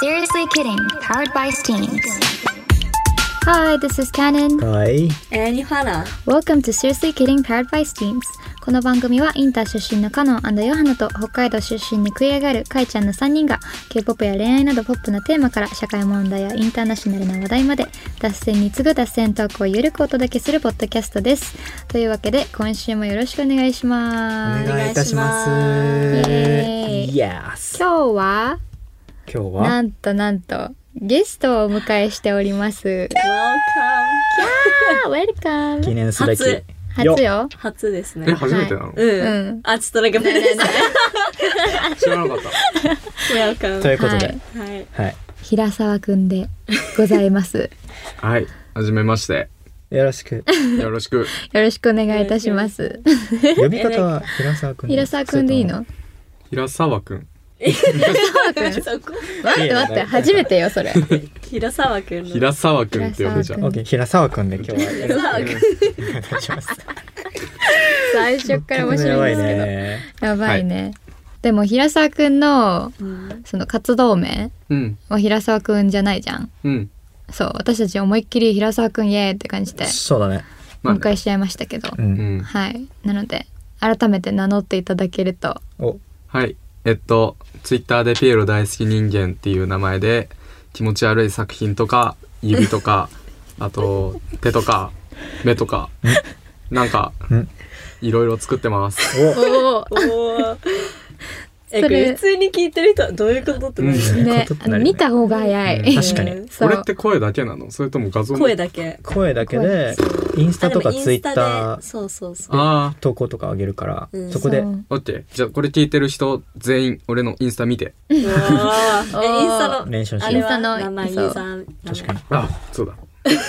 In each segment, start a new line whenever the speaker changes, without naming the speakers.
Seriously Kidding, powered by Steams. Hi, this is Canon.
はい。
えー、ニファナ
Welcome to Seriously Kidding, powered by Steams. この番組はインター出身のカノンヨハナと北海道出身に食い上がるカイちゃんの3人が K-POP や恋愛などポップなテーマから社会問題やインターナショナルな話題まで脱線に次ぐ脱線トークをゆるくお届けするポッドキャストです。というわけで今週もよろしくお願いし
お
ます。
願いいたしま
イ
す。
エーイ
イエス。
今日は
今日
な
は
んとなんとゲストをお迎えしており ます。
Welcome
ウェルカ
記
ム
念すべき
初
初よ。
初です
え、
ね
初めてなの、
うん、
うん
あちょっとなんかプレゼント
知らなかった。
とい
Welcome
うことで、
は
はいい、
はい
平沢くんでございます。
はい。はじめまして。
よろしく。
よろしく。
よろしくお願いいたします。
呼び方は平沢くん。
平沢くんでいいの？
平沢くん。
そこ
待って待って初めてよ それ。
平沢くんの
平沢くんって呼ぶじゃ
平
ん。
オッケー、平沢くんで今日はよろしく
沢くん
お願いいたします。
最初から面白いんですけど。
ね。
やばいね。でも平沢くんの
うん
その活動名
うん。
は平沢くんじゃないじゃん。
うん。
そう私たち思いっきり平沢くんイエーイって感じで
そうだね。
お
まあね
迎えしちゃいましたけど。
う。
うんん。
はい。なので改めて名乗っていただけると。
お、
はい。えっと、ツイッターでピエロ大好き人間っていう名前で、気持ち悪い作品とか、指とか、あと、手とか、目とか、なんか
うん、
いろいろ作ってます。
お、
おお。
おーえ
そ
こ
れ
れ普通に聞いてる人はどういうことってなる、
うん
ね
ことっ、て
あ
な
の
るよね
見た方が早い。
うん確かに
うん
そ
こ
う
れって声だけなのそれとも画像も
声だけ
声だけで、インスタとか
あでも
ツイッタ
インスタで
ー
そうそうそう
あ
投稿とか上げるから
う、ん
そこで
そ、う
あ、オッケー。じゃあこれ聞いてる人全員俺のインスタ見て。
おーえインスタの
メンション
あ
し
れ
よ
は
インスタの
名前ユ
そう
ーザー
う。 確かに。
あ、そうだ。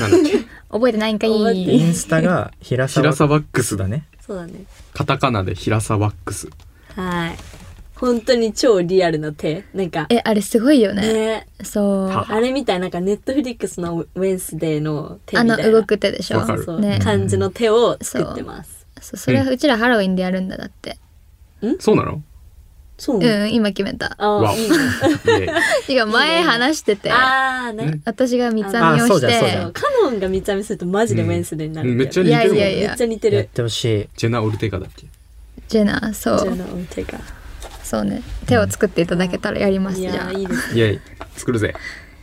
なんだっけ。
覚えてないんか
覚
い
え
イ
て
い。
ンスタが平沢
平沢ワックス
だね。
そうだね
カタカナで平沢ワックス。
はい本当に超リアルな手なんか
え、あれすごいよね。
ね
そう。
は
あれみたいなんかネットフリックスのウェンスデーの手
あ
みた
の
いな
動く手でしょ
わかる
そう
ね、
感じの手を作ってます。
そうそれはうちらハロウィンでやるんだだって
そうなの
そう
う。ん今決めた
あ
わ
あ、
お
いいね。
イエイ
違う前話してて
ああ、なん
ん
か
私が三つ編みを
あそう
し
じゃんそうじ
て
ゃ
そ
ん
うカノンが見た目するとマジでウェンスデーになる
うんめっちゃ
い
似
や
てるも
い
ん
やい
めっ
や
ちゃ似て
やっ
る。
てほしい。
ジェナ・オルテガだっけ
ジェナそ
ジェ
う
ナオルテガ
そうね手を作っていただけたらやります
い
じゃ
や
あ
ー いいです。
イエイ作るぜ。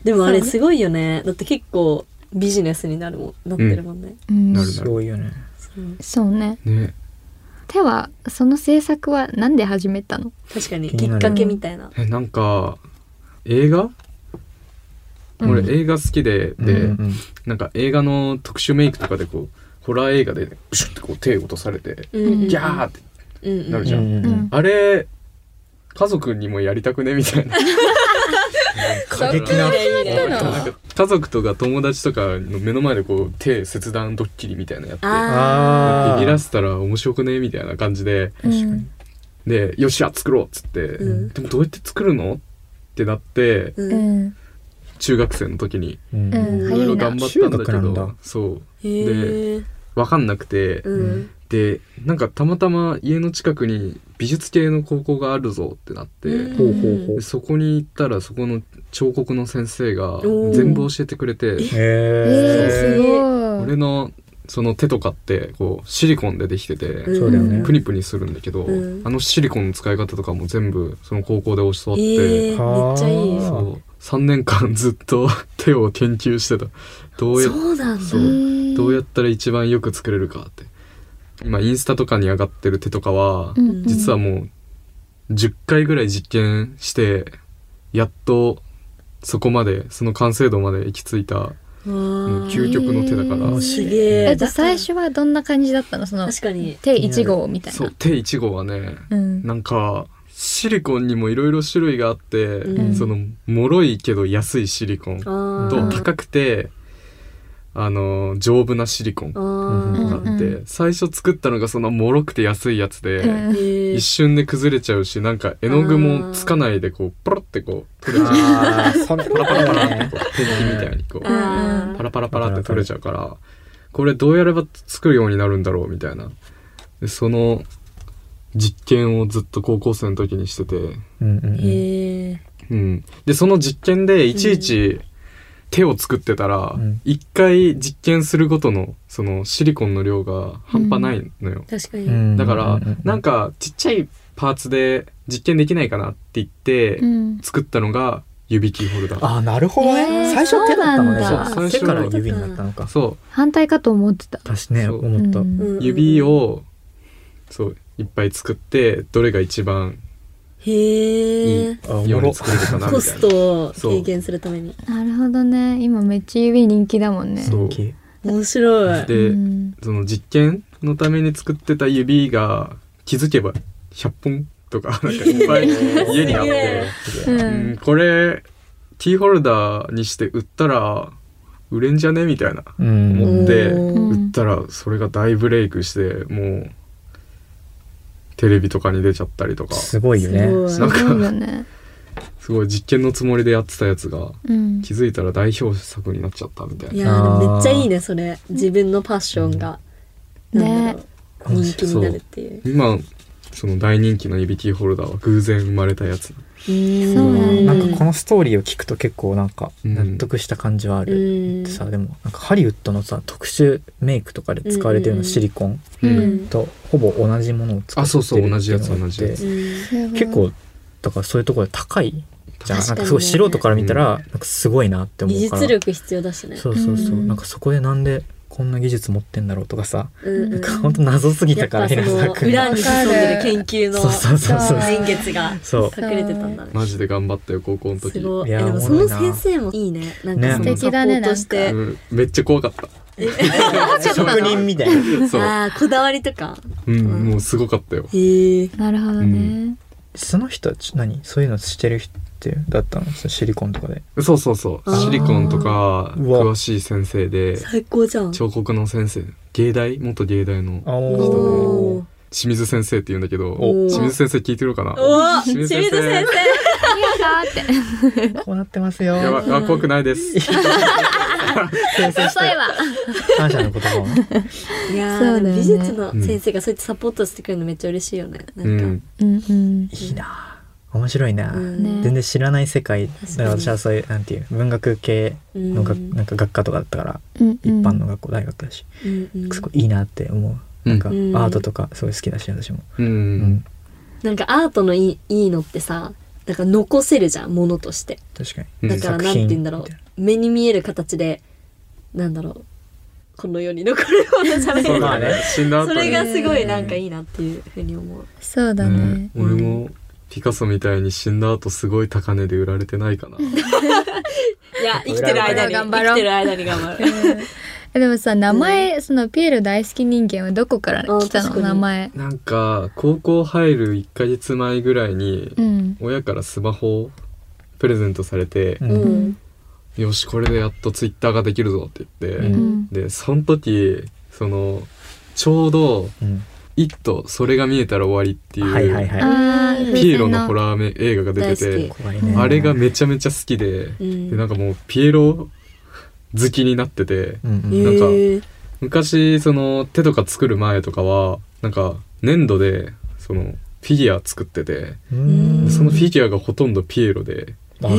でもあれすごいよね。だって結構ビジネスになるもんなってるもんね。
うん
なる
すごいよね。
そう
そうね
ね
手はその制作はなんで始めたの
確かに
気に
き
な
っ
る
かけみたいな。
え、なんか、映画
うん
俺映画好きで、
う
で
ん、うん
なんか映画の特殊メイクとかでこう、ホラー映画でねブシュってこう手落とされて、
うんうんうん
ギャーって。
うんうん
なる
う
じゃ
んうんうん
あれ、家族にもやりたくねみ たいな。
過激な。
いいねいいね
なんか家族とか友達とかの目の前でこう手切断ドッキリみたいなのやって。
あ
あー
ビビらせたら面白くねみたいな感じで
うん
でよっしゃ作ろうっつって、
うん
でもどうやって作るのってなって
あ。う。
うんん
中学生の時に
うん
う
い
ん
ろいろ頑張ったんだ
中学
けど
なんだ
そう
へー
分かんなくて、
うん。
でなんかたまたま家の近くに美術系の高校があるぞってなって、
うん
ほうほうほう
でそこに行ったらそこの彫刻の先生が
おー
全部教えてくれ
へ
て
えー
え
すごい
俺のその手とかってこうシリコンでできてて、
ん
そうだよね。
プニプニするんだけど、
うん
あのシリコンの使い方とかも全部その高校で教わっ
え
て、
ーめっちゃいい。
は
そう3年間ずっと 手を研究してたどうや
そうなんだ。
そうどうやったら一番よく作れるかって今インスタとかに上がってる手とかは、
うんうん
実はもう10回ぐらい実験してやっとそこまでその完成度まで行き着いたもう
わー
究極の手だから、
へー
すげえ。
えじゃあ最初はどんな感じだったのその
確かに。
手1号みたい
そ
な
う手1号はね
うん
なんかシリコンにもいろいろ種類があって、
うん
その脆いけど安いシリコンと
あー
高くてあの丈夫なシリコン
あ
が
ー
あって、
うん
最初作ったのがその脆くて安いやつで、
うん
へ
一
ー
瞬で崩れちゃうしなんか絵の具もつかないでこうポロってこう取れちゃう
あーそんな
パラパラパラってこうペンキみたいにこう
あー
パラパラパラって取れちゃうからこれどうやれば作るようになるんだろうみたいなでその実験をずっと高校生の時にしてて
うんうんうん
へー
うん、でその実験でいちいち手を作ってたら
うん
一、回実験するごとのそのシリコンの量が半端ないのよ、
確かに、
うん
だから、
うんうんうん
なんかちっちゃいパーツで実験できないかなって言って
うん
作ったのが指キーホルダー、
あなるほどね、
えー
最初手だったの
そうなんだ
ねじゃあ
そ
手
う
から指になったのか
そ
反対かと思ってた
確かね
そう
思った、
うん
うん
う指をそういっぱい作ってどれが一番
へえ
あお
よ
もろ
り作れるかな
コ
みた
ス
いな
トを軽減するために
なるほどね今めっちゃ指人気だもんね
そう
面白い
で、
うん
その実験のために作ってた指が気づけば100本とかなんかいっぱい家にあっ
すげ
て
え、
す
う
げえ
うん
ん、
これキーホルダーにして売ったら売れんじゃねみたいな
うん
思って
おー
うん
売ったらそれが大ブレイクしてもうテレビとかに出ちゃったりとかす
すごいよね
す
す
ご
ご
い
いよね、
ごい実験のつもりでやってたやつが
うん、
気づいたら代表作になっちゃったみたい
い
な。
やーでもめっちゃいいねそれ自分のパッションが、なんだろう
ね
人気になるっていう
今その大人気の指キーホルダーは偶然生まれたやつ
うん
そうなんだ
なんかこのストーリーを聞くと結構なんか
うん
納得した感じはあ
う
る、
ん
さでもなんかハリウッドのさ特殊メイクとかで使われてる
う
の
ん
シリコン
う
うんん
とほぼ同じものを使ってる
あそうそう
っていのがあって
同じやつ同じやつ
うん
すごい
結構だからそういうところで高いじゃん、
確かに
なんか
ね
すごい素人から見たらなんかすごいなって思
技
うから
術力必要だしね
そうそうそう、
うん
なんかそこでなんでこんな技術持ってんだろうとかさ、
うんうん
なんかほんと謎すぎ
や
たから
っぱそ
平
の
沢君
裏に潜んでる研究の
そうそうそうそう
年月が
そう
隠れてたんだね
マジで頑張ったよ高校の時
すごい
いや
えでも
お
そ
もろい
の
な
先生もいいねなんかそ
ね
のサポートして、
うんめっちゃ怖かった
職人みたいな
そう、
ああこだわりとか
うん、もうすごかったよ
へえ
なるほどね、
その人はち何そういうのしてる人だったのそのシリコンとかで
そうそうそ
あ
う
ー
シリコンとか
うわ
詳しい先生で
最高じゃん
彫刻の先生芸大元芸大の
おー
清水先生って言うんだけど
お
清水先生聞いてるかな
おー
清
清
水
水先
先生
生
ありがとうって
こうなってます
や
よ
ばいあ怖くないです
先生し
例え
て
ば
感謝の言葉を
いや
そうだ
ー
よね
でも美術の先生がそうやってサポートしてくれるのめっちゃ嬉しいよねな
うん
か、
ん
うんうん
いいな面白いな、
うん
全然知らない世界
確か
だ
に
から私はそういうなんていう文学系の学,、
うん
なんか学科とかだったから
うん
一般の学校大学だし、
うんうん
すごいいいなって思うなんかア
うん
ートとかすごい好きだし私も、
うん、
うん、
なんかアートのいいいいのってさなんか残せるじゃんものとして
確かに
う
だ
ん
から
作
なん
品
て言うんだろう
みたい
目に見える形でなんだろうこの世に残るようなじゃない
そうだ
まあ
ね
ね
死んだ
そ
後
れ
に
がすごいなんかいいなっていうふうに思う
そうだ
ね
ね、
俺もピカソみたいに死んだ後すごい高値で売られてないかな
いや生きてる間に
頑
生
張ろ
き
う
てる間に頑張る
えでもさ名前、そのピエール大好き人間はどこから来た
あ確
の
かに
名前
なんか高校入る1ヶ月前ぐらいに
うん
親からスマホをプレゼントされて
う
うん
うんん
「よしこれでやっとツイッターができるぞ」って言って、
うん
でその時そのちょうど
うん
「イットそれが見えたら終わり」っていう、
はいはいはい
あー
ピエロのホ
風船
ラーめ映画が出て
大
て
好
怖いね
あれがめちゃめちゃ好きで,、
うん
でなんかもうピエロ好きになってて
うんうん
なんか
へー
昔その手とか作る前とかはなんか粘土でそのフィギュア作ってて
うん
でそのフィギュアがほとんどピエロで
あそうなん
え
だ、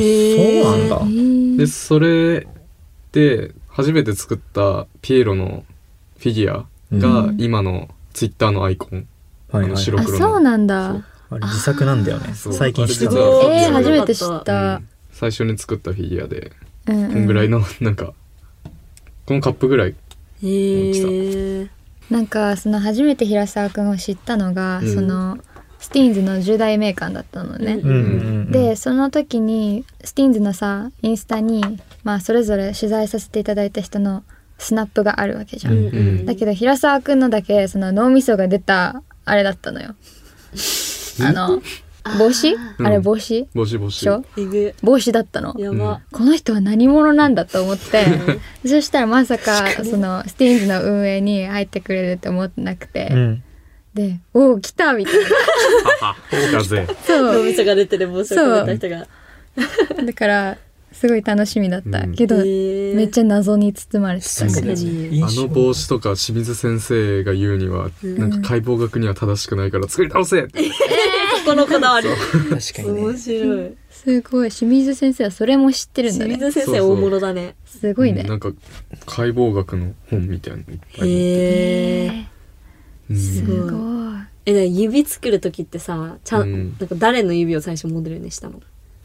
ー
でそれで初めて作ったピエロのフィギュア
う
が
ん
今のツイッターのアイコン、
はい
あの
はい
白
あ
黒の
そうなんだ
あれ自作なんだよね
そう
最近知った
あれ実は
えー、
そう
初めて知った、
最初に作ったフィギュアで
うん
こんぐらいのなんかこのカップぐらい
へー
なんかその初めて平沢くんを知ったのが、
うん
そのスティーンズの10代メーカーだったのね、
うん
うんうんうん
でその時にスティーンズのさインスタに、まあ、それぞれ取材させていただいた人のスナップがあるわけじゃん、
うん
う
うんん
だけど平沢くんのだけその脳みそが出たあれだったのよあの帽子
ー
あれ帽子、で
ぼしぼし
しょ
えぐ
帽子だったの
やば
この人は何者なんだと思って そしたらまさかそのスティーンズの運営に入ってくれるって思ってなくて、
うん
で「おお来た!」みたいな
ははそうかぜ
そう
脳みそが出てる帽子をかぶった人が
だからすごい楽しみだった、
うん
けど、め
め
っちゃ謎に包まれてた
確
ね
かに
あの帽子とか清水先生が言うには、
うん
なんか解剖学には正しくないから作り直せって
このこだわり
確かにね
面白い
すごい清水先生はそれも知ってるんだ
清
ね
水先
そう
生
そう
大物だね
すごいね
うんなんか解剖学の本みたいなのいっぱい持って
へえ
うん
すごい
すえで指作る時ってさちゃん、
うん
なんか誰の指を最初モデルにしたの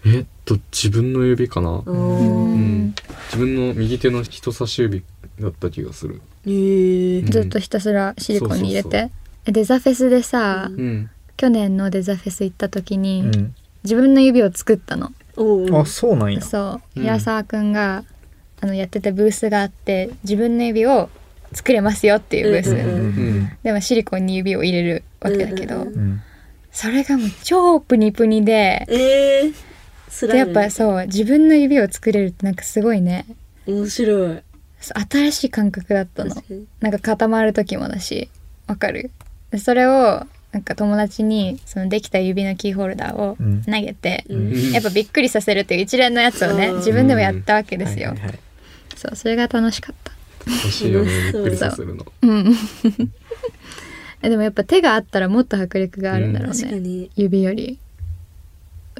えっと自分の指かな、
う
うん
ん
自分の右手の人差し指だった気がする
へえ
うん
ずっとひたすらシリコンに入れて、
そうそう
えデザフェスでさ、
う
うん
去年のデザフェス行った時に、
うん
自分の指を作ったの
おう
あそうなんや
そう
うん
平沢くんが、あのやってたブースがあって自分の指を作れますよっていうブース、
うんうんうん
うん
でもシリコンに指を入れるわけだけど、
うんうんうん
うん
それがもう超プニプニで
えー、スラ
で
イ
やっ
ム
ぱそう自分の指を作れるってなんかすごいね
面白い
そう新しい感覚だったの
確かに
なんか固まる時もだしわかるでそれをなんか友達にそのできた指のキーホルダーを
うん
投げて、
うん
うん
やっぱびっくりさせるっていう一連のやつをね
うん
自分でもやったわけですよ、
はいはいはい
そうそれが楽しかった
欲しいよねび
そ
っ
う
くりさせるの
うん えでもやっぱ手があったらもっと迫力があるんだろう
確
ね、
かに
指より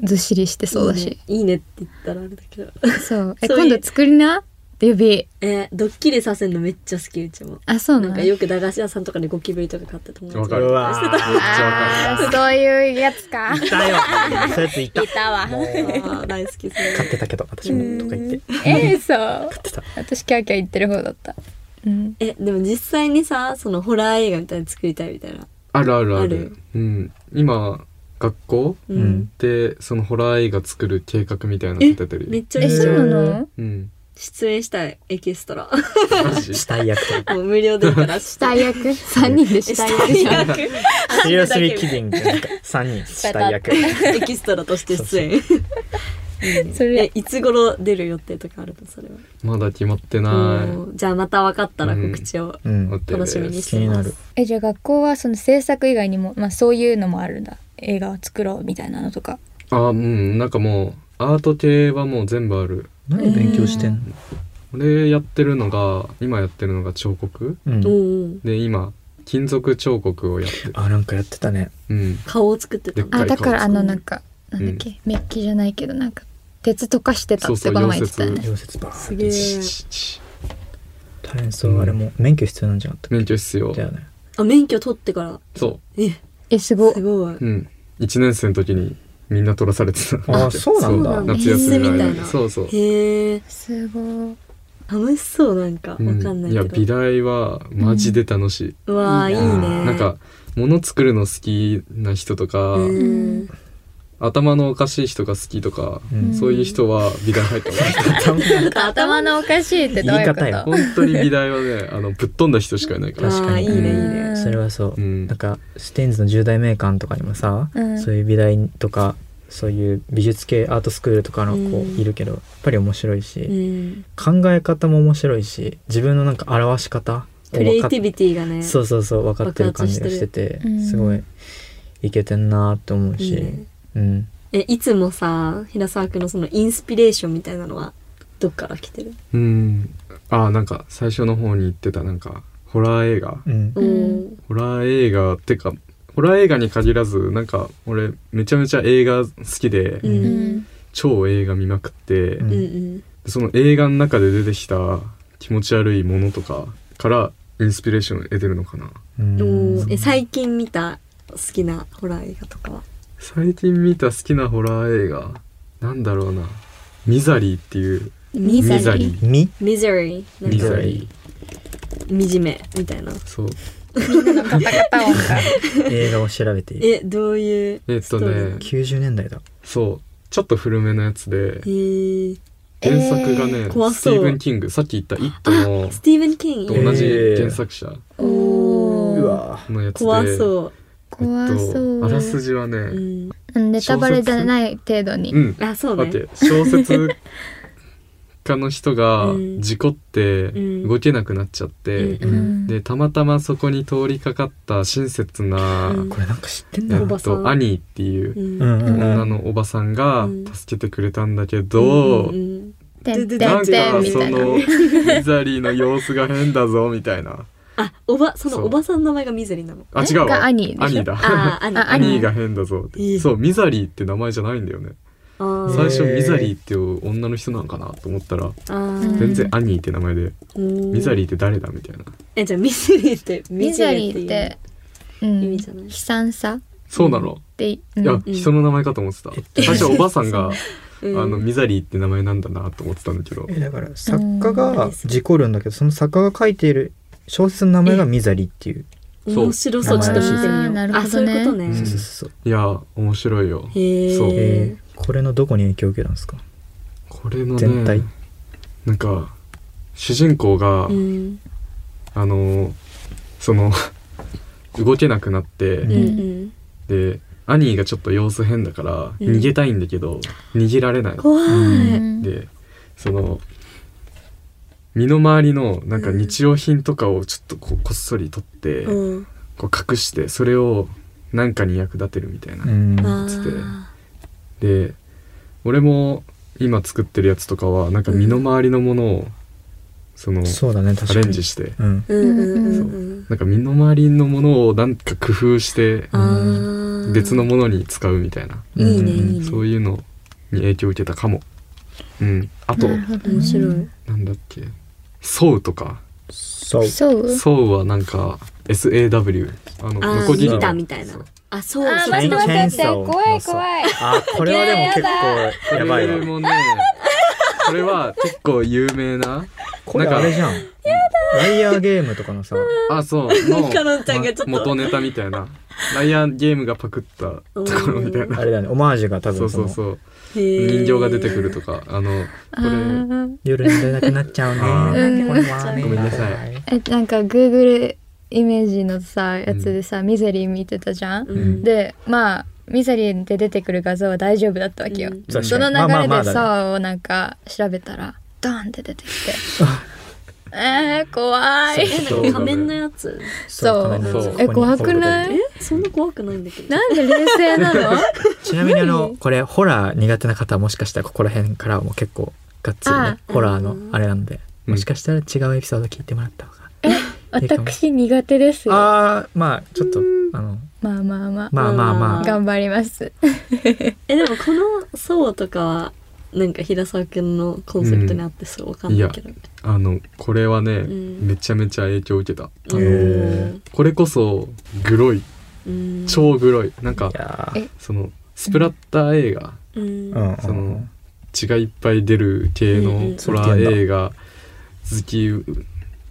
ずっしりしてそうだし
いいねいいねって言ったらあれだけど
そうえ
そういう
今度作りな指
えー、ドッキリさせるのめっちゃ好きうちも
あそうな
なん
の
かよく駄菓子屋さんとかでゴキブリとか買って友達
わかる
うわー
めっちゃわ
あーそういうやつか
いたよそういうやついた
いたわ
もう
あー大好きそ
買っ
れ
てたけど私もとか言って
ええそう
買ってた
私キャーキャー言ってる方だったうん
えでも実際にさそのホラー映画みたいなの作りたいみたいな
あるある
あ
ある
る
うん、今学校
う
うん
でそのホラー映画作る計画みたいなの立ててる
め
よ
っちゃ
え
一
そ
緒、
うなの
うん
出演したいエキストラ
マ ジ
死体役 と
もう無料でいいから死
死体役3人で死体役じゃん
シリアスリーキディングなんか3人死 体役
エキストラとして出演いいね
それ
えいつ頃出る予定とかあるのそれは
まだ決まってな
おーじゃあまた分かったら告知を
う
い
ん
楽しみに
気
して
にな
ま
る
す、
えじゃあ学校はその制作以外にもまあそういうのもあるんだ映画を作ろうみたいなのとか
あうんなんかもうアート系はもう全部ある
何勉強してんの
俺やってるのが今やってるのが彫刻
うん
おー
で今金属彫刻をやってる
あなんかやってたね
うん
顔を作ってたんだ
は
あ
い
だからあ
そう
のなんかなんだっけ、メッキじゃないけどなんか鉄溶かしてた
そう
って
そう
この前言ってたよ
溶
ね
溶接バー
す
ン
げえ
大変そうあれも免許必要なんじゃなかっ
免許必要
ただよね
あ免許取ってから
そ
え
えすごっ
すごいう
うん1年生の時にみんな取らされてた
あそうなんだ
そう夏
必
休みの
須
間
みたい
に
な
そうそう
へえ
すごい
楽しそうなんかわか
うん
ないい
や
け
美
ど、
大はマジで楽しい、
うわーいいね
なんか物作るの好きな人とか、
うん
頭のおかしい人が好きとか、
うん
そういう人は美大入った方がいい
頭のおかしいってどういうこと
言い方よ
本当に美大 はねあのぶっ飛んだ人しかいないから
確かに
あーいいねいいね
うん
それはそう
うん
なんかステインズの10代名館とかにもさ
うん
そういう美大とかそういう美術系アートスクールとかの子
うん
いるけどやっぱり面白いし
うん
考え方も面白いし自分のなんか表し方を
クリエ
分
イ
かっ
ティビティがね
そうそうそう分かってる感じがしてて
爆発してるうん
すごいいけてんなーって思う
いい
し
ね
うん
えいつもさ平沢君のそのインスピレーションみたいなのはどっから来てる
うんあなんか最初の方に言ってたなんかホラー映画、
うん
うん
うん
ホラー映画ってかホラー映画に限らずなんか俺めちゃめちゃ映画好きで、
う
うんん
超映画見まくって、
う
うんんうん
その映画の中で出てきた気持ち悪いものとかからインスピレーションを得てるのかな
うん
おーえ最近見た好きなホラー映画とかは
最近見た好きなホラー映画なんだろうなミザリーっていう
ミ
ザリー
み
ミゼリー
ミザ
なんか
リ
惨めみたいな
ーそう
カタカタ音が
映画を調べている
えどういう
えっ
スト
と
ーリー
ね
90年代だ
そうちょっと古めのやつで
えー
原作がね、
ー怖そう
スティーブン・キングさっき言った「イット!」の
スティーブン・キン
と
グ
同じ原作者
おー
うわ
のやつで
怖そ
怖そう、
あらすじはね、
う、うん、
うんネタバレじゃない程度に、
うん、
あそう
待っ
ね
て小説家の人が
うん
事故って
うん
動けなくなっちゃって、
うん
うん
でたまたまそこに通りかかった親切な、
うん
これなんか知ってん
え
だ
っ
おばさん
とアニーっていううん
うんうん
女のおばさんが
うん
助けてくれたんだけど、
うんうん
てんてん
な
て
ん
ん
か
み
そ
たいな
のミザリーの様子が変だぞみたいな
あおばそ
そ
の
う
おばさんの名前がミゼリなの
あ
え
違うわ
がアニーでしょ
アニーだ
あーアニー
あアニー
兄が変だぞって、
えー
そうミザリーって名前じゃないんだよね
あ
へ
ー
最初
えー
ミザリーっていう女の人なんかなと思ったら
あー
うん
全然アニーって名前で、
うん
ミザリーって誰だみたいな
えじゃあミゼリーって
ミザリーっ
いう
て、うん、
意味じゃない
悲惨さっ
そうなの、
て、うん
いや、
ん
人の名前かと思ってた
え
最初おばさんが、
うん
あのミザリーって名前なんだなと思ってたんだけど
えだから作家
う
が
ん
事故るんだけどその作家が書いている小説の名前が「ミザリ」っていう
そう
面白そうちょっと聞いてみよ
あー
う
なるほどね
あそういうことね、
うん
そうそうそう
いや面白いよ
へえ
そう
えーこれのどこに影響を受けたんですか
これのね
全体
なんか主人公が、
うん
あのーその 動けなくなって、
う
うんん
でアニーがちょっと様子変だから
うん
逃げたいんだけど、逃げられない
怖い、
うん
でその身の回りのなんか
うん
日用品とかをちょっとこうこっそり取って、
うん
こう隠してそれを何かに役立てるみたいな、
うん
あ
つって
ー
で俺も今作ってるやつとかはなんか身の回りのものを、そのチ
そうだね確か
ャ
に
レンジして
うん
うんうんうんうん
なんか身の回りのものをなんか工夫して
あー
別のものに使うみたいな、
いいねいいね
そういうのに影響を受けたかもうんあと、
なるほどね
面白い
なんだっけ「ソウ」とか
そう
「
そう
ソウ」はなんか SAW あの
あ
ノコ
ー
ギリ
ギ
の
ターみたいな
そう
あそう
あー
そう
待
チ
っ
ェ
て
ン
待って待っ
チェーンソ
て
ー
怖い怖い
あこれはでも結構やばい
これ
わ
もねこれは結構有名な
これ
なんか
あれじゃんライアーゲームとかのさ
あそう の
かのんちゃんがちょっと
ま元ネタみたいなライアンゲームがパクったところみたいな
あれだねオマージュが多
そう
分
そ
そうの
そう
人
人形が出てくるとかあの
あ
これ
ー
夜寝れなくなっちゃうね
あー
これはね
ごめんなさ
えなんか Google イメージのさやつでさ、ミゼリー見てたじゃん、
うん
でまあミゼリーで出てくる画像は大丈夫だったわけよ、
うん
確
その
かに
流
まあまあ
れ
まあ
で
だね
さをなんか調べたらドーンって出てきてえー、怖い
えなんか仮面のやつ
そう
仮面ライダー
そ
こ
う
こに
え怖くな
え
い
そんな怖くないんだけど
なんで冷静なの
ちなみにあのこれホラー苦手な方はもしかしたらここら辺からはもう結構がっつりね
あ
ホラーの
うん
あれなんでもしかしたら違うエピソード聞いてもらった方が
私苦手ですよ
ああまあちょっとあの
まあまあまあ、
まあまあまあ
頑張ります
えでもこの「そう」とかはなんか平沢君のコンセプトに合ってそうわかんないけど
あのこれはね、
ん
めちゃめちゃ影響を受けた
やへ
これこそグロい
うん
超グロいなんか
いや
え
ー
そのスプラッター映画
うん
うん
その血がいっぱい出る系
う
の
ん
ホラー映画好き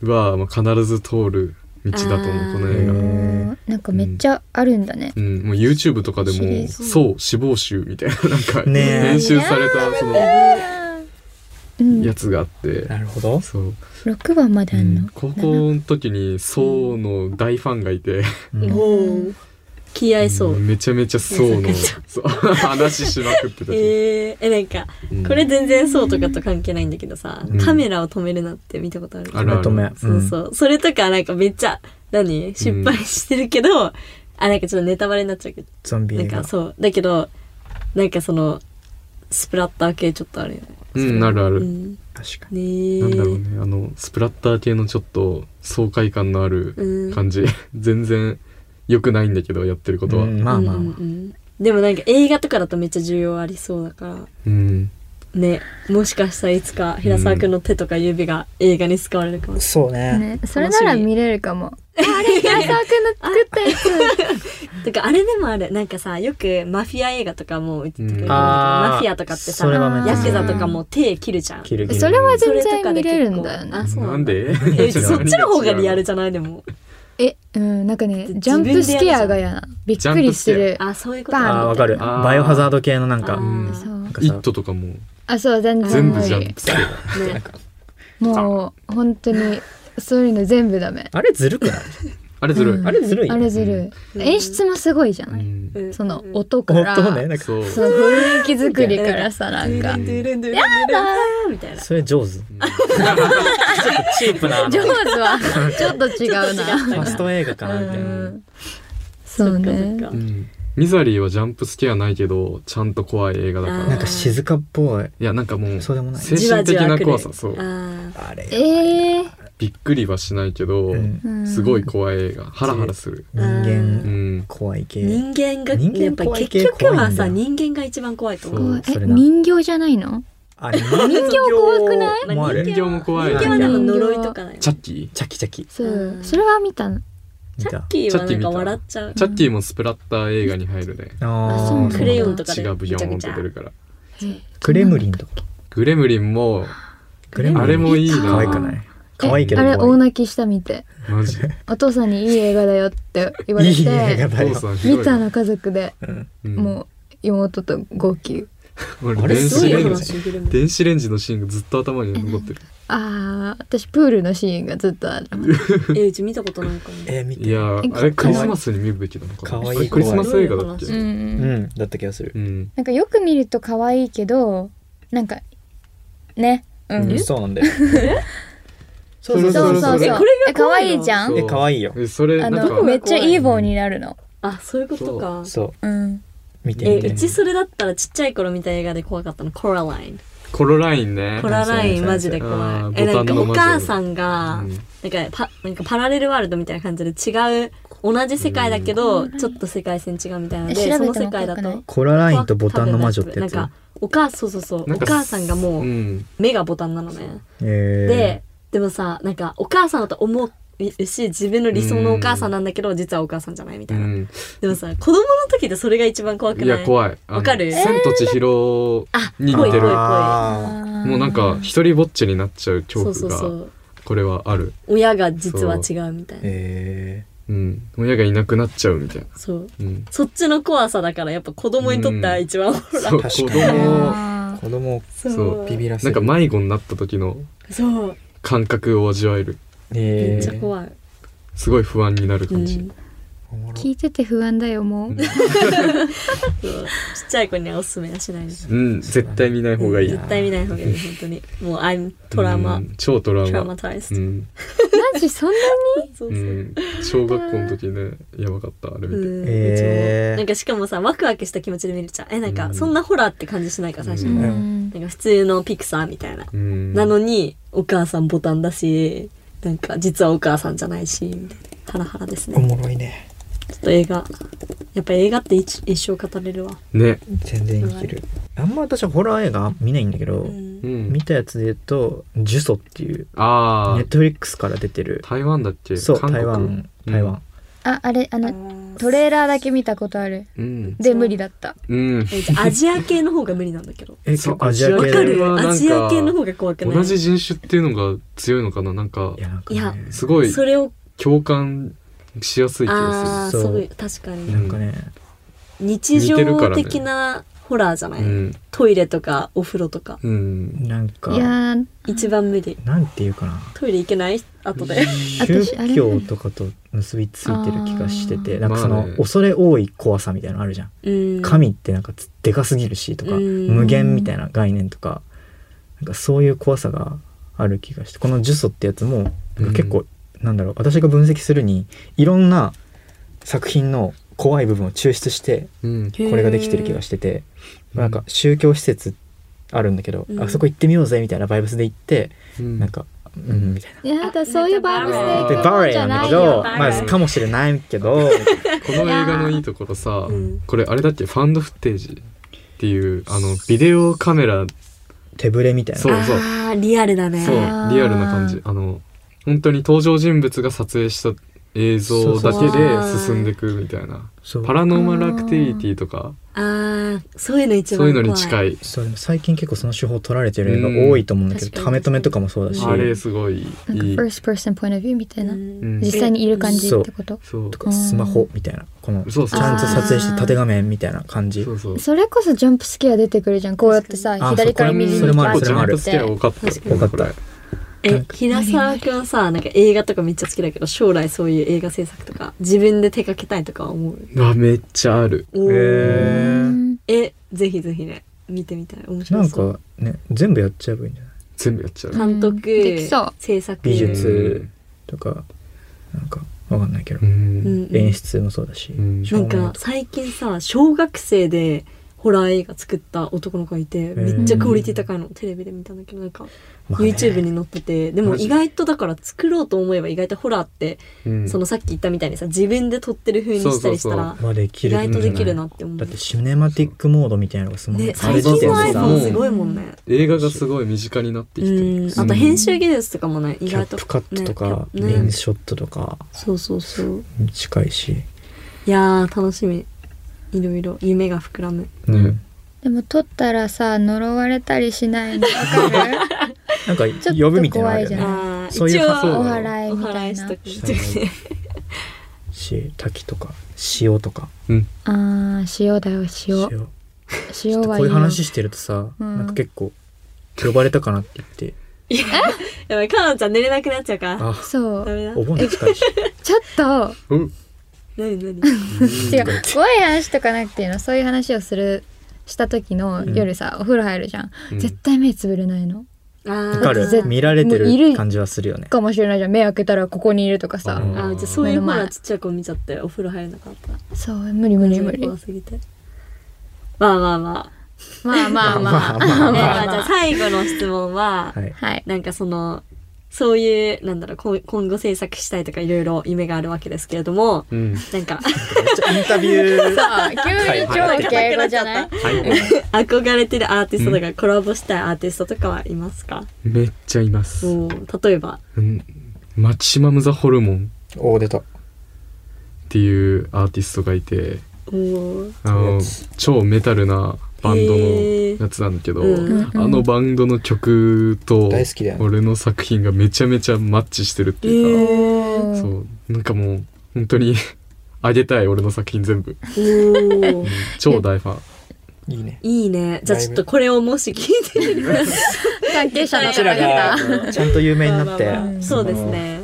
はまあ必ず通る道だと思うこの
う
映画。
ん
なんかめっちゃあるんだね、
うん、もう YouTube とかで
シリ
も「
ーズ
そう死亡集」みたいななんか
ねえ
編集されたその
うん、
やつがあって
なるほど
そう
6番まであんの、
高校の時に「そう」の大ファンがいて
うん
おお気合いそう、
めちゃめちゃ「そう」のそう話しまくってたし
えー、えなんか
うん
これ全然そうとかと関係ないんだけどさ、
うん
カメラを止めるなって見たことある
あるあ
まとめ
る
そうそうう、それとかなんかめっちゃ何失敗してるけど、あなんかちょっとネタバレになっちゃうけど
んゾンビ
な
映
んか
画
そうだけどなんかそのスプラッター系ちょっとあるよね
うんあるあ
う
る
ん
確か
ね
な
ー
んだろうねあのスプラッター系のちょっと爽快感のある
うん
感じ 全然良くないんだけどやってることは
にうんまあまあ
うんう
ま
んうんでもなんか映画とかだとめっちゃ重要ありそうだから
うん
ねもしかしたらいつか平沢君の手とか指が映画に使われるか
あ
もし
そうね
ね、それなら見れるかも。あれ、平沢くんの作ったや つ。
れない、てかあれでもあるなんかさよくマフィア映画とかも言ってくれる
うん
あー
マフィアとかってさ
それはめっち
ヤ
ゃ
クザとかも手切るじゃん
キルギル
それは
それ
全
とか
然見
で結構
れるんだよ
あ
ね。
そう
な
なんんだ
で
えそっちの方がリアル
じ
じゃない でも
え、うん、なんかね、ジャンプスケアがやな。びっくりする。
あそういうこと
バーン
あーわかる
あー
バイオハザード系のなん
あ
か
ー
うん
そ
な。
うん
か
イ
さ
ットとかも
あ、そう、全然
全部
無
じゃん
理。
ね
もう、本当に、そういうの全部ダメ。
あれずるくない
あれずるい、
うん
あれずるいよ
あれずるい。演出もすごいじゃ
う
ない。
ん
うん
その
うん
音か
本
ら、
当ねなんか
そう
その雰囲気作りからさ、なんか
ド。ゥルンドゥルンドゥルンドゥルンみたいな
それ上手ちょっとチープな
上手 は、ちょっと違う
フ
な。
ァスト映画かなみた
う
いな、
ん
そうね。
そっかそっか
うんミザリーはジャンプスケアないけどちゃんと怖い映画だから
あー
なんか静かっぽい
いやなんかもう
そうでもない
精神的な怖さ
じわじわ来る
そう
あ
あれ
ええ
びっくりはしないけど、
うん
うん
すごい怖い映画ハラハラする、
人
う
間
ん、
怖い系
人間が
人間
やっぱ
怖い
結
系
局はさ
怖いんだ
人間が一番怖いと思う
そう
怖いえ
それな
人形じゃないの
あ人
形怖くない
まあ
もある
人形も怖い
人
人形
間はでも
人形
呪いとかだよ
チャッキー
チャキチャキ
そう
うん
それは見たの
見
チャ
た
ッキーはなんか笑っちゃう
チャッキーもスプラッター映画に入るね
あー
そうなんだ
そう
クレヨンとか
血
で
がブヨーン
ぐ
っ
ち
て
ゃぐちゃ
出るから
クレムリンとか
グレムリンも
グレムリン
あれもいいな
可愛くない可愛いけど
えあれ
怖い
大泣きしたみて
マジで
お父さんにいい映画だよって言われ
いい映画
て
だよ
父さんひどい
見たの家族で
うん
もう妹と号泣
俺
あれ
電
どう
子
い
レ
う
ン
す
話
ジ
フィルム
電子レンジのシーンがずっと頭に残ってる
あー私プールのシーンがずっとある
えうち見たことないかも
えー見
い
て
やー
え
あれクリスマスに見るべきなのか
か
な
わいい
あれクリスマス映画だっけ
う
うん
う
うん
んだった気がする
うん
なんかよく見ると可愛いけどなんかねうん
うんそうなんだよ
そそ
そうそうそううそうう
そう
れ
そ
れ
う
え可愛いじゃ
そ
ん
う
え可愛いよ
えそれ
あ
なん
の
か
めっちゃいい棒になるの
あそういうことか
そう
うん
見て
え
見
う
て
ちそれだったらちっちゃい頃見た映画で怖かったのコラライン
コロラインね
コララインマジで
あ
怖い
ー
えなんか
ボタンの
お
魔女
母さんが
うん
なんかパなんかパラレルワールドみたいな感じで違う同じ世界だけどちょっと世界線違うみたいなの
え調べて
でその
も
世界
怖
だ
くない
と
コララインとボタンの魔女ってやつ
なんかお母そうそうそう
な
お
んか
母さんがも
う
うん目がボタンなのね
え
ででもさなんかお母さんだと思うし自分の理想のお母さんなんだけど実はお母さんじゃないみ
う
たいな、
ん
でもさ子供の時ってそれが一番怖くない
いや怖いあの
わかる
千と千尋
あ
ー
に似て
ぽいぽい
る
あ
もうなんか一人ぼっちになっちゃう恐
そう
怖
そうそ
が
う
これはある
親が実は違うみたい
ー
な
え
うん親がいなくなっちゃうみたいな
そう
うん
そっちの怖さだからやっぱ子供にとっては一番おもろい
そう子
確かに
供
ー子供を
そう
ビビらせ
なん
る
か迷子になった時の
そう
感覚を味わえる
め
え
っちゃ
ー
怖い、
すごい不安になる
う
感
ん、
じ、
そう
おもろ
聞いてて不安だよもう
ちっちゃい子にはおすすめはしないです
うん、絶対見ない方がいい。
絶対見ない方がいい本当にもう I'm トラウマ、
うん超トラウ
トラウ
マ
マ。タイス
う
ト、
ん。
マジそんな
そう
う。
そうん
小学校の時ね、やばかった、あれ見て。
うん
へー
うちもなんかしかもさワクワクした気持ちで見るじゃんえなん
う
か
ん
そんなホラーって感じしないから最初、
う
に
ん
うん
なんか普通のピクサーみたいな、
うん。
なのにお母さんボタンだしなんか実はお母さんじゃないしみたいなハラハラです
おも
ね
ろいね
ちょっと映画やっぱ映画って一一生語れるわ、
ね。
全然いけるあんま私はホラー映画見ないんだけど、
うん
うん
見。たやつで言うと「ジュソ」っていう
あ
ネッ
あ、
トフリックスから出てる
台湾だっけ
そう
韓国
台湾
うん
台湾、
ああれあのトレーラーだけ見たことある
うん。
で無理だった
うん。
えじゃあアジア系の方が無理なんだけ ど
え結
そう
構アジア
わ
系
か
それ
で
る
はなんか
アジア系の方が怖くない
同じ人種っていうのが強いのかななんか
い、やなんか
いや
ね
すごい
それを
共感しやすい気が
ああ
そう
そういう確かに
なんかね
日常
似てるからね
的なホラーじゃな
す
い、
る。うん。
トイレとかお風呂とか
うん。
なんか
いやー
一番無理
なんていうかな
トイレ行けない後で
宗
私あれ
教とかと結びついてる気がしてて
あー
なんかそ
まあ
の
ね
恐れ多い怖さみたいなのあるじゃん、
うん
神ってなんかつでかすぎるしとか、
うん
無限みたいな概念とかなんかそういう怖さがある気がしてこの「呪詛」ってやつもなんか結構、なんだろう私が分析するにいろんな作品の怖い部分を抽出して
うん。
これができてる気が
し
してて、
うん
なんか宗教施設あるんだけど、
うん
あそこ行ってみようぜみたいなバイブスで行って、
うん
なんかうんみたいな。
やだそういうバイブスで
あ
行
で
く
バ
もん
レエ
じゃ
な
な
んだけ
い
ど
よ
バレエ
まあかもしれないけど
この映画のいいところさ
うん、
これあれだっけファウンドフッテージっていう、あの、ビデオカメラ
手ぶれみたいな
そうそう
ああリアルだね
そう
あー
リアルな感じあの本当に登場人物が撮影した映像だけ
そうそうそ
で
う
進んでいくみたいな
そう
パラノーマルアクティビティとか
ああそういうの一番
そう
怖い
い
う
のに近
い
い
そうでも最近結構その手法取られてる映画多いと思うんだけ
うん確か
ど
に
ためとめとかもそうだし
あれすごい
なんか
いい
first person point of view みたいな
うん
実際にいる感じってこと
そう
とかスマホみたいなこのち
そうそう
ゃんと撮影して縦画面みたいな感じ
そうそう
それこそジャンプスケア出てくるじゃんこうやってさ
確かに
左から
あ
右に
それもある
ガ
ジ
ー
ャン
ッ
プ
て
スケア多かった
確
かに
多
多かっ
え平沢くんさなんか映画とかめっちゃ好きだけど将来そういう映画制作とか自分で手掛けたいとか思う
あめっちゃある
おー
う
へー
ん
えぜひぜひね見てみたい面
な
白
ん
そう
かね全部やっちゃえばいいんじゃない
全部やっちゃう
か
監督
うんできそう
制作
美術とかなんかわかんないけど
う
うんんうん
演出もそうだし
うん
照
な
明
んか
とか
最近さ小学生でホラー映画作った男の子がいてめっちゃクオリティ高いのテレビで見たんだけどなんか
まあね
YouTube に載っててでも
マジ
意外とだから作ろうと思えば意外とホラーって
うん
そのさっき言ったみたいにさ自分で撮ってる風にしたりしたら
まあでき
意
る
外とできるなって思う
だってシネマティックモードみたいなのがスマホ
ね
にされ
最
て
近
て
の
あれだよね
iPhone すごいもんね
映画がすごい身近になってきて
う
る
んあと編集技術とかもね意
キャ
外
ッ
と
プカットとか、
ね
レイン
ね
ショットとか
そうそうそう
近いし、
いやー楽しみいろいろ夢が膨らむ
ね
でも撮ったらさ呪われたりしないのわかる
なんか
っと
呼ぶみたいなのある
怖い
よ
じゃん
ね
あー
そういう
一応
発想
お
だよ
祓い
お
みた
祓
い
いし
な
とくっていうね
し滝とか塩とか
うん
あー塩だよ塩
塩
塩はいいよ
こういう話してるとさ、
うん
なんか結構呼ばれたかなって言って
やばいかのんちゃん寝れなくなっちゃうから
あ
そ
ダ
う
メだ
お盆近 いし
ちょっと
うん
何何
違う怖い話とかなくていうのそういう話をするした時の夜さ、お風呂入るじゃん、
うん
絶対目つぶれないの
あ
わか
ー
だって
る
絶対
見られて
もういる
る感じはするよね
かもしれないじゃん目開けたらここにいるとかさ、
うん
あーじゃあそう
目
いう
の
ほ
前
らちっちゃい子見ちゃってお風呂入れなかった
そう無理無理無理
怖すぎてまあまあま
まあまあまあ
まあま
あ、
あ
ね
まあ
まあじゃあ最後の質問は、
はい
はい
なんかそのそういうなんだろうこう今後制作したいとかいろいろ夢があるわけですけれども
うん
なんか
めっちゃインタビュー
あ急に超敬語じゃない
はい
憧れてるアーティストとかコラボしたいアーティストとかはいますか、
めっちゃいます、
もう例えば
うんマキシマム・ザ・ホルモン
おお出た
っていうアーティストがいて
もう
あの超メタルなバンド
へ
の
ー
やつなんだけど、
うん
うん
あのバンドの曲と
大好きだよね
俺の作品がめちゃめちゃマッチしてるっていうか、
おー
そうなんかもう本当に あげたい俺の作品全部
おー
超大ファン
いいね
いいねじゃあちょっとこれをもし聞いてる
関係者の
う
方
ちら
々
がちゃんと有名になっ
まあまあま
て
あそうですね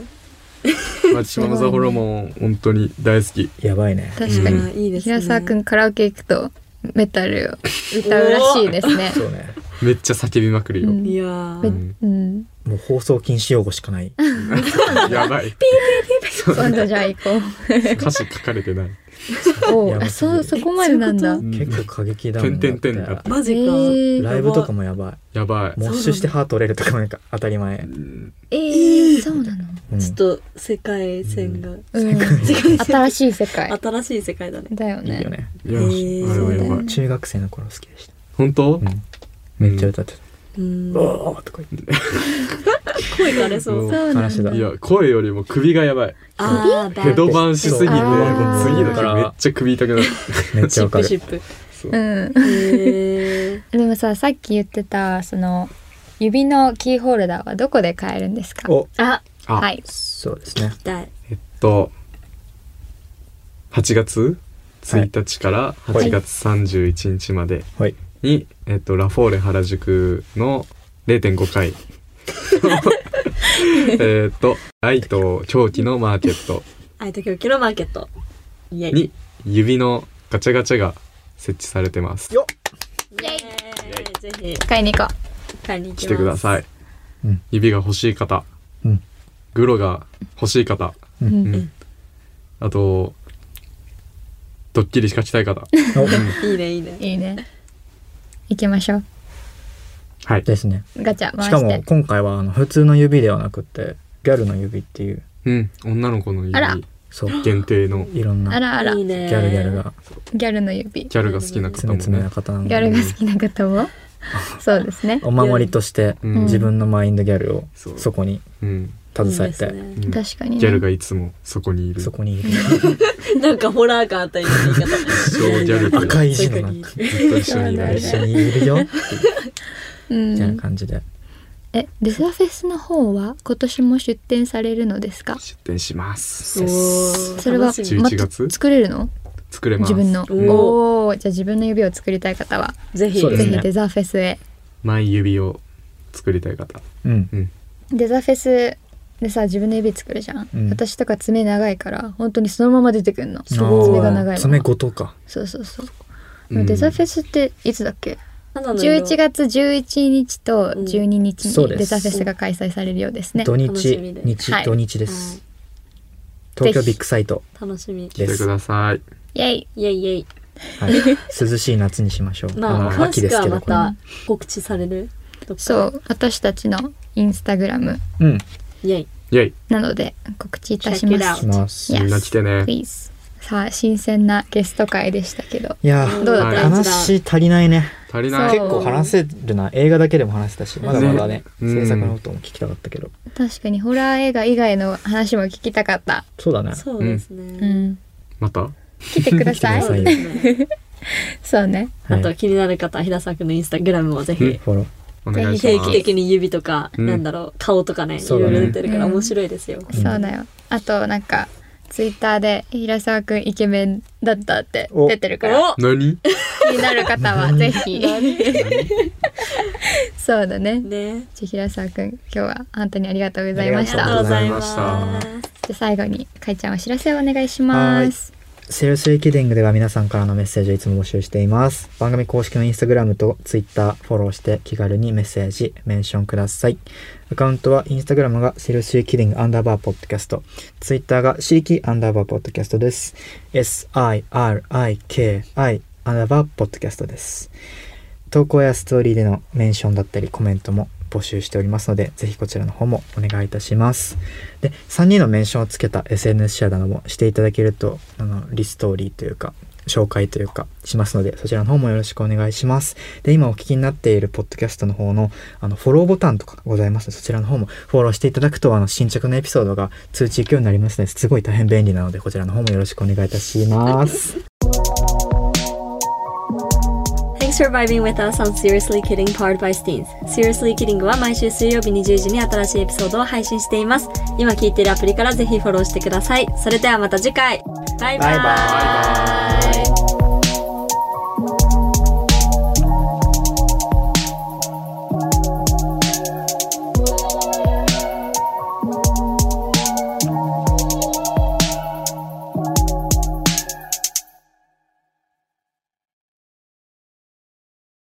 マキシマム・ザ・ホルモン本当に大好き
やばいね
確かに、
うんいいですね
平沢くんカラオケ行くとメタルを歌うらしいですね
そうね
めっちゃ叫びまくるよ、
うん
いやー
め
うん
うん
もう放送禁止用語しかない
やばい
今度じゃあ行こ
歌詞書かれてない
うお
いや
ーあそう
そ
そこまでなんだ
えそういう
うん
結構過激だもん
てんてんてんに
だ
な
っ
っ
て
て
マジか、
えー
ライブとかもやば
やば
い
い
モッシュして歯取れるとかもなんか当たり前
えー、そうなの、
うん
ちょっと世界線が、
うん、 新しい世界
新しい世界だね
だよ
い
ね
いよね
いや
へー
あれはやばい
中学生の頃好きでした
本当、
うんめっちゃ歌ってた
う
「
ん
おーとか言って
声がれそう
うん
そうなん
話
だ
だ
いや声よりも首がやばい
あー
ヘドバンしすぎて次
あー
の日めっちゃ首痛くなる
めっち
シ
ゃ
ッ
わか
プシ
る
ップ
そう
うん
へ
で
ー
もささっき言ってたその指のキーホルダーはどこで買えるんですか
お
あ
あ、
はい
そうですね
痛い
えっと8月1日から8月31日まで
はい
に、えっと、ラフォーレ原宿の0.5回えっと愛と狂気のマーケット
愛と狂気のマーケットイエイ
に指のガチャガチャが設置されてます
よっ
イエイぜひ
買いに行こ
買いに行きます
来てください、
うん
指が欲しい方
うん
グロが欲しい方、
う、
う
うんん
あとドッキリ仕掛けたい方
お
いいねいいね
いいね行きましょう
はい
ですね
ガチャ回
し
して
かも今回はあの普通の指ではなくてギャルの指っていう
うん女の子の
あら
指
そう
限定の
いろん
あ
な
らあら
いい
ギ
ギ
ね
ャルギャルが
ャルの指ギ
キャルが好きな方
常
も
々
ね
な方なの
ャ
で
ルが好きな方もそうですね
お守りとして
うん
自分のマインドギャルを
そう
そこに
うん、
携え
いい
て
です
うんギ
確かにね
ャルがいつもそこにいる
そこにいる
ねなんかホラー感あったような言い方
そうギャルと
赤い字の
確か
中
に
ずっと一緒にい
そうだ
る
ね
一緒にいるよっていう
う
みたいなん感じで
えデザフェスの方は今年も出店されるのですか
出店します
おー
それは
楽しみ
ま
11月
作れるの
作れます
自分の
うん
おおーじゃあ自分の指を作りたい方は
ぜひ
そうで
ぜ
すね
ひデザフェスへ
マイ指を作りたい方
うん
うん
デザフェスでさ自分の指作るじゃん、
うん
私とか爪長いから本当にそのまま出てくるの
あー
爪が長いまま
爪ごとか
そうそうそう、
うん
デザフェスっていつだっけ
肌の色
11月11日と12日
うんそう
に
です
デザフェスが開催されるようですね、
土
楽しみ
日
で
日
はい
土日です東京ビッグサイト
楽しみ
来てください
イエイ
イエイイエイ
はい、涼しい夏にしましょう。
まあ
あの
詳
秋
し
で
く
す
は
けど
ま
これ
た告知されるとか
そう私たちのインスタグラム
うん。
イェイ
イェイ
なので告知いたしま
Check it
す
out
します。
Yes
みんな来てね
Please さあ新鮮なゲスト会でしたけど
いや
ど
ー
うだ
っ
ったた
話足りないね。
足りない
そ
結
う
構話せるな映画だけでも話せたしまだまだね
ね
制作のことも聞きたかったけど
確かにホラー映画以外の話も聞きたかった
そうだね
そうですね、
うん
また
来てください
来
そ
てく
うで
だ
すね
そうね
は
あ
い
と気になる方は平沢君のインスタグラムもぜひ
フォロー
お願いし
定
ま
期
す
的に指とか、
うん
なんだろう顔とかねい
そ
ろ
う
い
だ
ろ
ね
出てるから
うん
面白いですよ、
ん
そうだよあとなんかツイッターで平沢くんイケメンだったって
お
出てるから
何
気になる方はぜひ そうだね
おね
じゃあ平沢くん今日は本当にありがとうご
ざ
ざ
い
い
ま
ま
し
したた
ありがとうございます
ありがとうござ
じゃあ最後にかいちゃんお知らせをお願いします
セールス駅伝では皆さんからのメッセージをいつも募集しています番組公式のインスタグラムとツイッターフォローして気軽にメッセージメンションくださいアカウントはインスタグラムがセールス駅伝アンダーバーポッドキャストツイッターがシリキアンダーバーポッドキャストです SIRIKI アンダーバーポッドキャストです投稿やストーリーでのメンションだったりコメントも募集しておりますので、ぜひこちらの方もお願いいたします。で、3人のメンションをつけた SNS シェアなどもしていただけると、あの、リストーリーというか、紹介というか、しますので、そちらの方もよろしくお願いします。で、今お聞きになっているポッドキャストの方の、あの、フォローボタンとかございますので、そちらの方もフォローしていただくと、あの、新着のエピソードが通知行くようになりますので、すごい大変便利なので、こちらの方もよろしくお願いいたします。
Thanks for vibing with us on Seriously Kidding Powered by Steens Seriously Kidding は毎週水曜日20時に新しいエピソードを配信しています今聞いているアプリからぜひフォローしてくださいそれではまた次回バイバ
バ
イ
イバイ
イ